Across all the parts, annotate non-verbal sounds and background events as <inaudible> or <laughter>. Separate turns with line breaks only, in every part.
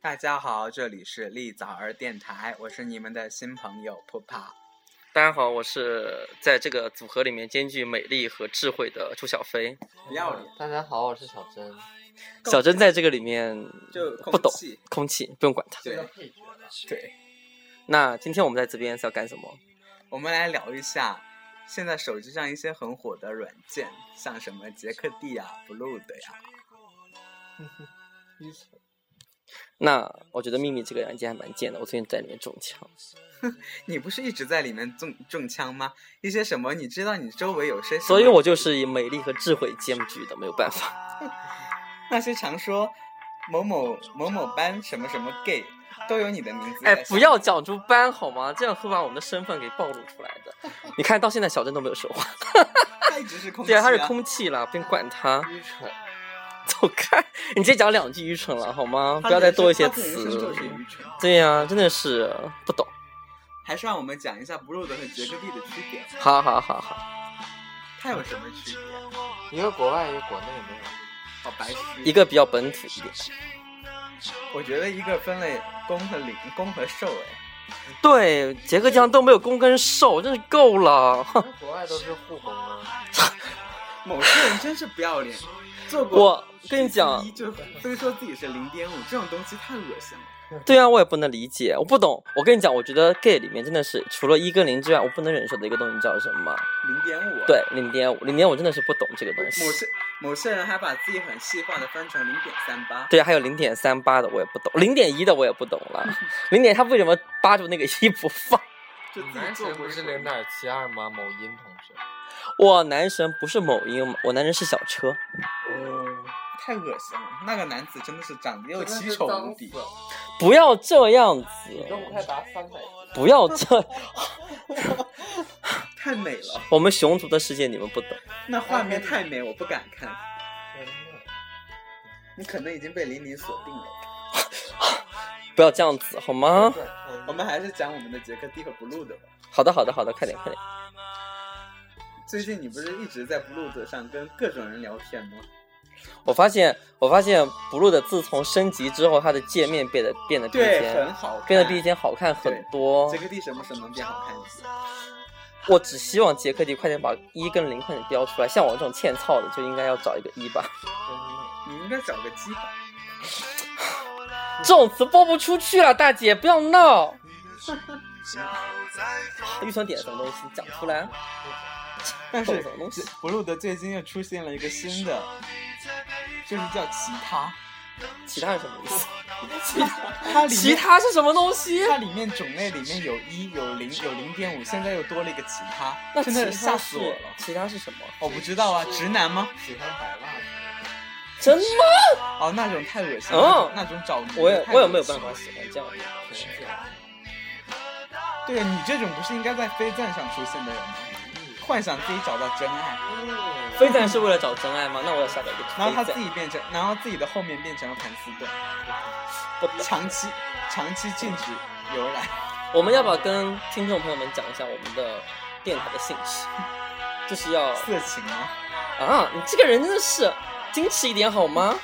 大家好，这里是丽早儿电台，我是你们的新朋友 Pupa。
大家好，我是在这个组合里面兼具美丽和智慧的朱小飞。
不要脸，
大家好，我是小珍。
小珍在这个里面
就
嗯不懂
空气
空气，不用管他。
对
配角吧
对，
那今天我们在这边是要干什么？
我们来聊一下现在手机上一些很火的软件，像什么杰克地呀、Blue 的呀。
那我觉得秘密这个软件还蛮贱的，我最近在里面中枪。
你不是一直在里面中中枪吗？一些什么？你知道你周围有些什么，
所以我就是以美丽和智慧兼具的，没有办法。
那些常说某某某某班什么什么 gay 都有你的名字在
哎
上面。，
不要讲出班好吗？这样会把我们的身份给暴露出来的。
<laughs>
你看到现在小珍都没有说话，
他一直是空气、
对啊，他是。空气啦，不用管他，
愚蠢，
走开！你直接讲两句愚蠢了好吗？
他
不要再
人生
多一些
他本身就
词
是。愚蠢。
对呀、真的是不懂。
还是让我们讲一下 Blue 的和杰克地的区别，
好好好好，
它有什么区别？
一个国外，一个国内，没有。
好白痴。
一个比较本土一点。
我觉得一个分类公和零，公和受，哎，
对，杰克江都没有攻跟受，真是够了。哼
因为国外都是护工啊。
某些人真是不要脸，做过
我跟你讲
一，就非说自己是零点五，这种东西太恶心了。
对啊，我也不能理解，我不懂。我跟你讲，我觉得 gay 里面真的是除了一跟零之外，我不能忍受的一个东西，你知道是什么吗？
零点五，，啊
对，零点五，零点五真的是不懂这个东西
某。些某些人还把自己很细化的分成零点三八，
对，还有零点三八的我也不懂，零点一的我也不懂了。零点他为什么扒住那个一不放？
就自己
男
做
神
过
不是
手
零点七二吗？某音同学。
我男神不是某音，我男神是小车。
哦，太恶心了。那个男子真的是长得又
真的
奇
是
丑
脏
无比
死，了
不要这样子，
一共快达三百。
不要这。
<laughs> 太美了，
我们熊族的世界你们不懂。
那画面太美，我不敢看。
真的
你可能已经被林林锁定了。
不要这样子好吗？
我们还是讲我们的杰克蒂和 Blue 的吧。
好的，好的，好的，快点，快点。
最近你不是一直在 Blue 的上跟各种人聊天吗？
我发现，我发现 blue 的自从升级之后，它的界面变得变得比以
对，
前
很好看。
变得比以前好看很多
杰。克蒂什么时候能变好看一些？
我只希望杰克迪快点把一跟零快点标出来，像我这种欠操的就应该要找一个一吧。
你应该找个基吧。
这种词播不出去了，大姐不
<laughs>
要闹。预算点什么东西讲出来？
但
懂
是
什么东西？
Blue 的最近又出现了一个新的，就是叫其他。
其他是什么意思？
它里面
其他是什么东西？
它里面种类里面有一有零有零点五，现在又多了一个其他，
那
真
其
的
他
吓死
是
我了。
其他是什么？
我不知道啊，直男吗？
喜欢白袜子。
真吗？
哦，那种太恶心
哦
了，那种找
我也我也没有办
法。
法喜欢这样的东西。
对啊你这种不是应该在飞赞上出现的人吗？幻想自己找到真爱，
嗯
飞赞是为了找真爱吗？那我也下载一个
然后他
飞
自
赞。
己变成，然后自己的后面变成了盘丝洞，
不懂
长期长期禁止浏览。
我们要不要跟听众朋友们讲一下我们的电台的性质？就是要
色情吗？
啊，你这个人真的是矜持一点好吗？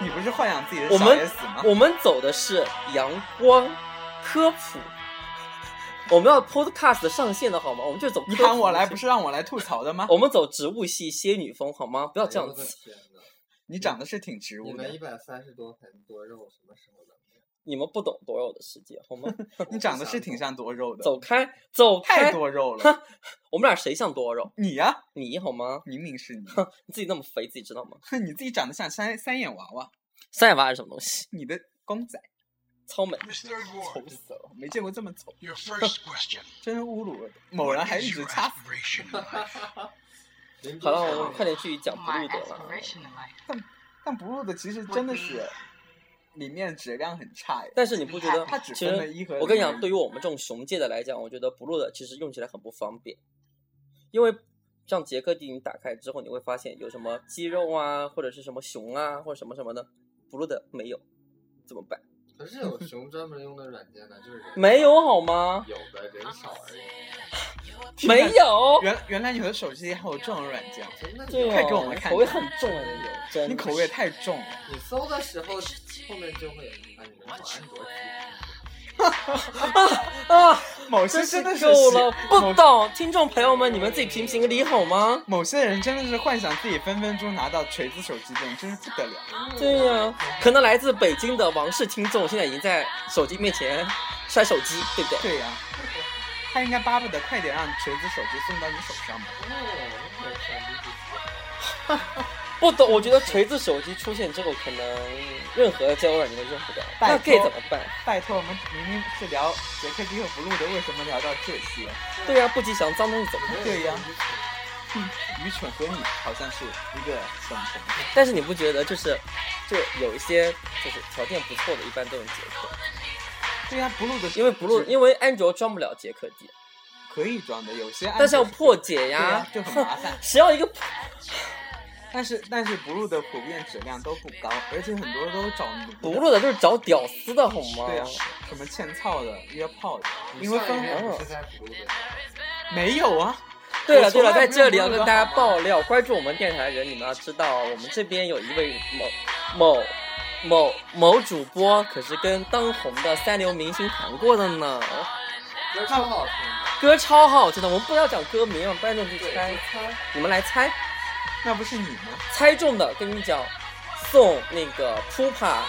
你不是幻想自己的
我
小
们
S 吗？
我们走的是阳光科普，我们要 podcast 上线的好吗？我们就走。
你喊我来不？是让我来吐槽的吗？
我们走植物系仙女风好吗？不要这样
哎
子，
天哪！
你长得是挺植
你
物的
们一，百三十多盆多肉，什么时候能？
<laughs> 你们不懂多肉的世界好
<laughs>
吗？
你长得是挺像多肉的，
走开，走
太
开！
多肉了。
哼，我们俩谁像多肉？
<laughs> 你呀、
你好吗？
明明是你，
你自己那么肥，自己知道吗？
你自己长得像三三眼娃娃，
三眼娃是什么东
<laughs>
西？
你的公仔
超美。
Miss Third
丑
Ward,
死了，没见过这么丑，
your first
<laughs>
question.
真是侮辱我的。某人
What
还一
is
直
your
掐死
aspiration in
<laughs>
life?
好了，我们快点去讲不
My
录
Oh
的了。
aspiration in life
但 blue 的其实真的是里面质量很差哎，
但是你不觉得
它只
其
分了一
实
和零
我跟你讲，对于我们这种熊界的来讲，我觉得不录的其实用起来很不方便，因为像杰克地你打开之后，你会发现有什么肌肉啊，或者是什么熊啊，或者什么什么的，不录的没有，怎么
<laughs>
办？
可是有熊专门用的软件呢，就是人
没有好吗？
有的人少而已。
没
<laughs>
有，
原原来你的手机还有这种软件，
真的
对
有，
哦，
快给我们看看
口味很重哎，真的
你口味也太重了。
你搜的时候后面就会有一个，啊，你们有安卓机，
啊，
某些
真是
真的是
够
喜
了，
某
不懂，听众朋友们，你们自己评评理好吗？
某些人真的是幻想自己分分钟拿到锤子手机这种，真是不得了。
对呀、可能来自北京的王室听众现在已经在手机面前摔手机，对不对？
对呀、他应该巴不得快点让锤子手机送到你手上吧。
哦，我想理解。
<laughs> 不懂，我觉得锤子手机出现之后，可能任何交友软件都用不了。
拜
那
托嗯
gay 怎么办？
拜托，我们明明是聊杰克迪和不露的，为什么聊到这些？
对呀、不吉祥，脏东西怎么办？
对呀、愚蠢和你好像是一个共同点。
但是你不觉得就是，就有一些就是条件不错的，一般都用捷克，
对呀、不露的，
因为不录，因为安卓装不了捷克地，
可以装的，有些安卓
但是要破解
对
呀
呀，，就很麻烦。
<laughs> 谁要一个破
但是但是不露的普遍质量都不高，而且很多都找奴
不录的，就是找屌丝的好吗？
对呀、什么欠操的、约炮的，因
因
为
为
分
红
分
了
不是在 blue 的，
没有啊。
对了
我
对
从
了，
来
在
没有
这里要
录
跟
过
大家
好吗
爆料，关注我们电台的人，你们要知道，我们这边有一位某某某某主播，可是跟当红的三流明星谈过的呢，
歌超好听的，
歌超好听的。我们不要讲歌名，让观众去
对，
猜
就，猜
你们来猜，
那不是你吗？
猜中的跟你讲，送那个 Pupa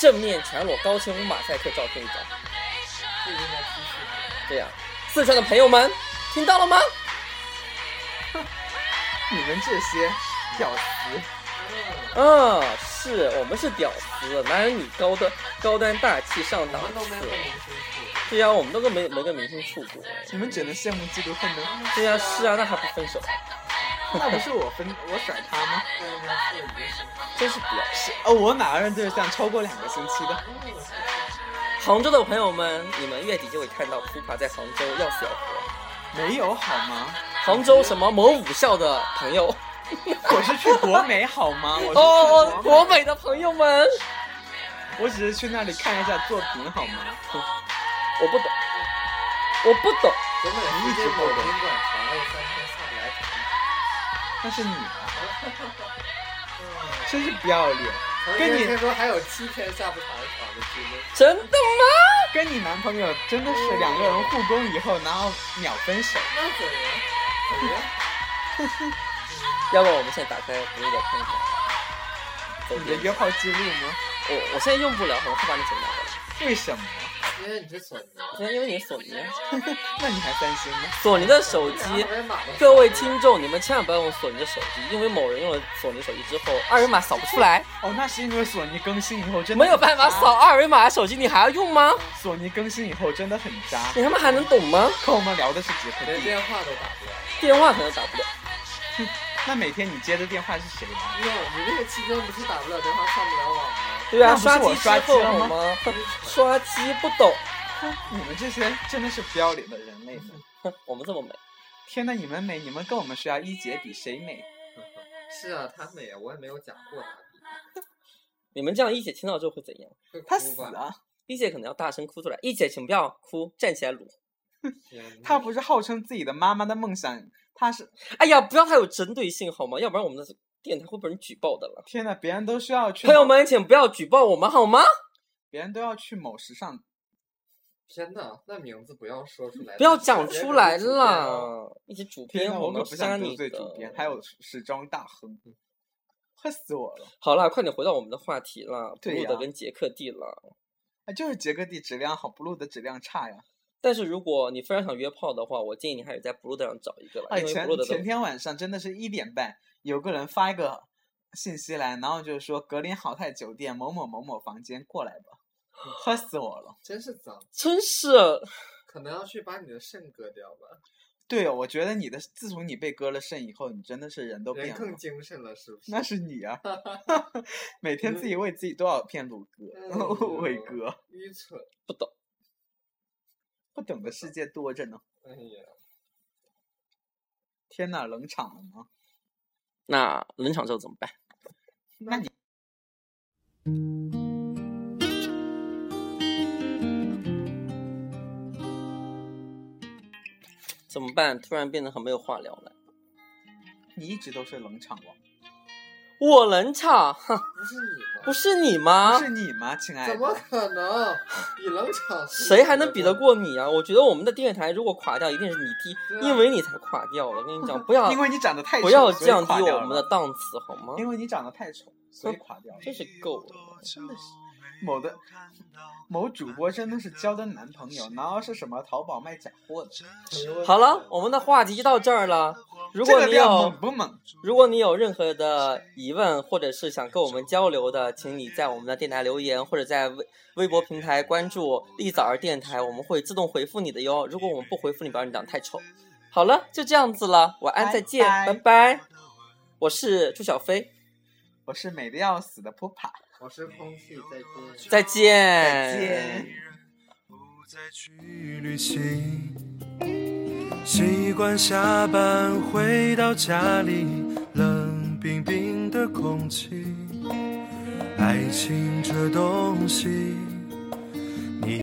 正面全裸高清无马赛克照片一张。
最近在 T 恤，
这样，四川的朋友们听到了吗？
你们这些屌丝，
嗯，
嗯，是我们是屌丝，男人女高端高端大气上档
我们都没有
次
和。明星处，
对呀、我们都跟没没跟明星处过。
你们只能羡慕嫉妒恨呢。
对呀、是啊，那还不分手，
那不是我分我甩他吗？
对对对，已经是
真是屌。
是哦，我哪任对象超过两个星期的？
嗯
杭州的朋友们，你们月底就会看到 Pupa 在杭州要死要活。
没有好吗？
杭州什么某武校的朋友，
我是去国美好吗？我是去
哦哦，
国
国美的朋友们，
我只是去那里看一下作品好吗？
我不懂，我不懂。
我每
你一
次
直
在
不
某
懂
宾馆床位三天下不来床，
那是你啊，
嗯，
真是不要脸，跟你
听说还有七天下不来床的记录，
真的吗？
跟你男朋友真的是两个人互攻以后，然后秒分手。
那怎样？怎样？
要不然我们现在打开不录的朋友圈走
你的
边
约炮记录吗？
我我现在用不了，我会把你怎么拿过来？
为什么？
因为你是索尼，
现在因为你是索尼啊， <laughs>
那你还担心吗？
索尼的手机。各位听众，你们千万不要用索尼的手机，因为某人用了索尼手机之
<laughs>
后，二维码扫不出来，
哦，那是因为索尼更新以后真的
没有办法
很渣
扫。二维码的手机，你还要用吗？
索尼更新以后真的很渣。
你他妈还能懂吗？
可我们聊的是杰克
连
地，
电话都打不了。
电话可能打不了。
那每天你接的电话是谁的？
哟，你这个期间不是打不了电话，上不了网吗？
对啊，
那不是我
刷机之
刷机
后
了
好
吗
吗？刷机不懂，
你们这些真的是不要脸的人类们！
哼，我们这么美，
天呐，你们美，你们跟我们说要一姐比谁美？
是啊，他美，我也没有讲过他
你们这样一姐听到之后会怎样？
会哭
他死
吧？
了，
一姐可能要大声哭出来。一姐，请不要哭，站起来撸。
天
他
哪
不是号称自己的妈妈的梦想，他是
哎呀，不要太有针对性好吗？要不然我们的电台会被人举报的了。
天呐，别人都需要去
朋友
某，
们，请不要举报我们好吗？
别人都要去某时尚，
真的，那名字不要说出来，
不要讲出来
了。
啦！一些主
天啊
编，
呐，我
们
可不
杀
想得
你
罪主
的
编，还有时装大亨，快死我了！
好啦，快点回到我们的话题啦，布
对
鲁
呀
德跟杰克蒂啦。
啊，就是杰克地质量好，不露的质量差呀。
但是如果你非常想约炮的话，我建议你还是在布鲁德上找一个吧，
哎，
因为
前
布鲁德
前
的
天晚上真的是一点半，有个人发一个信息来，然后就是说格林豪泰酒店某某某某房间过来吧，吓死我了。
真是脏，
真是
可能要去把你的肾割掉吧，
对哦，我觉得你的自从你被割了肾以后，你真的是人都
人
变
更
了。
精神了，是不是？
那是你啊，每天自己为自己多少片乳
哎
鸽、 <laughs> 伟
呦
哥，
愚蠢，
不懂。
不懂的世界多着呢。
哎呀，
天呐，冷场了吗？
那冷场之后怎么办？
那你
怎怎么办？突然变得很没有话聊了。
你一直都是冷场王，
我冷场，哼
不是你吗？
不是
不？是你
你吗
吗，亲爱的？
怎么可
<laughs>
能？比冷场是
谁还能比得？过你啊？我 <laughs> 觉得我们的电视台如果垮掉，一定是你
对
低，
啊
因为你才垮掉了。我跟你讲，不
<laughs>
要
因为你长得太丑，
不要
所以
降低
垮掉
我们的
了，
档次好吗？
因为你长得太丑，所以垮掉了。
真是够了。
某的某主播真的是交的男朋友，然后是什么淘宝卖假货的？
哎呦我
好了，我们的话题就 <laughs> 到这儿了。如
这
果
个
你
料
有
猛不猛？
如果你有任何的疑问，或者是想跟我们交流的，请你在我们的电台留言，或者在微微博平台关注“丽枣儿电台”，我们会自动回复你的哟。如果我们不回复你，表示你长得太丑。好了，就这样子了，晚安，
拜
再见，
拜
拜拜。我是朱小飞，
我是美的要死的 p 帕。
我是空气，再
再
见。
见，
再见。
不再去旅行，习惯下班回到家里，冷冰冰的空气，爱情这东西。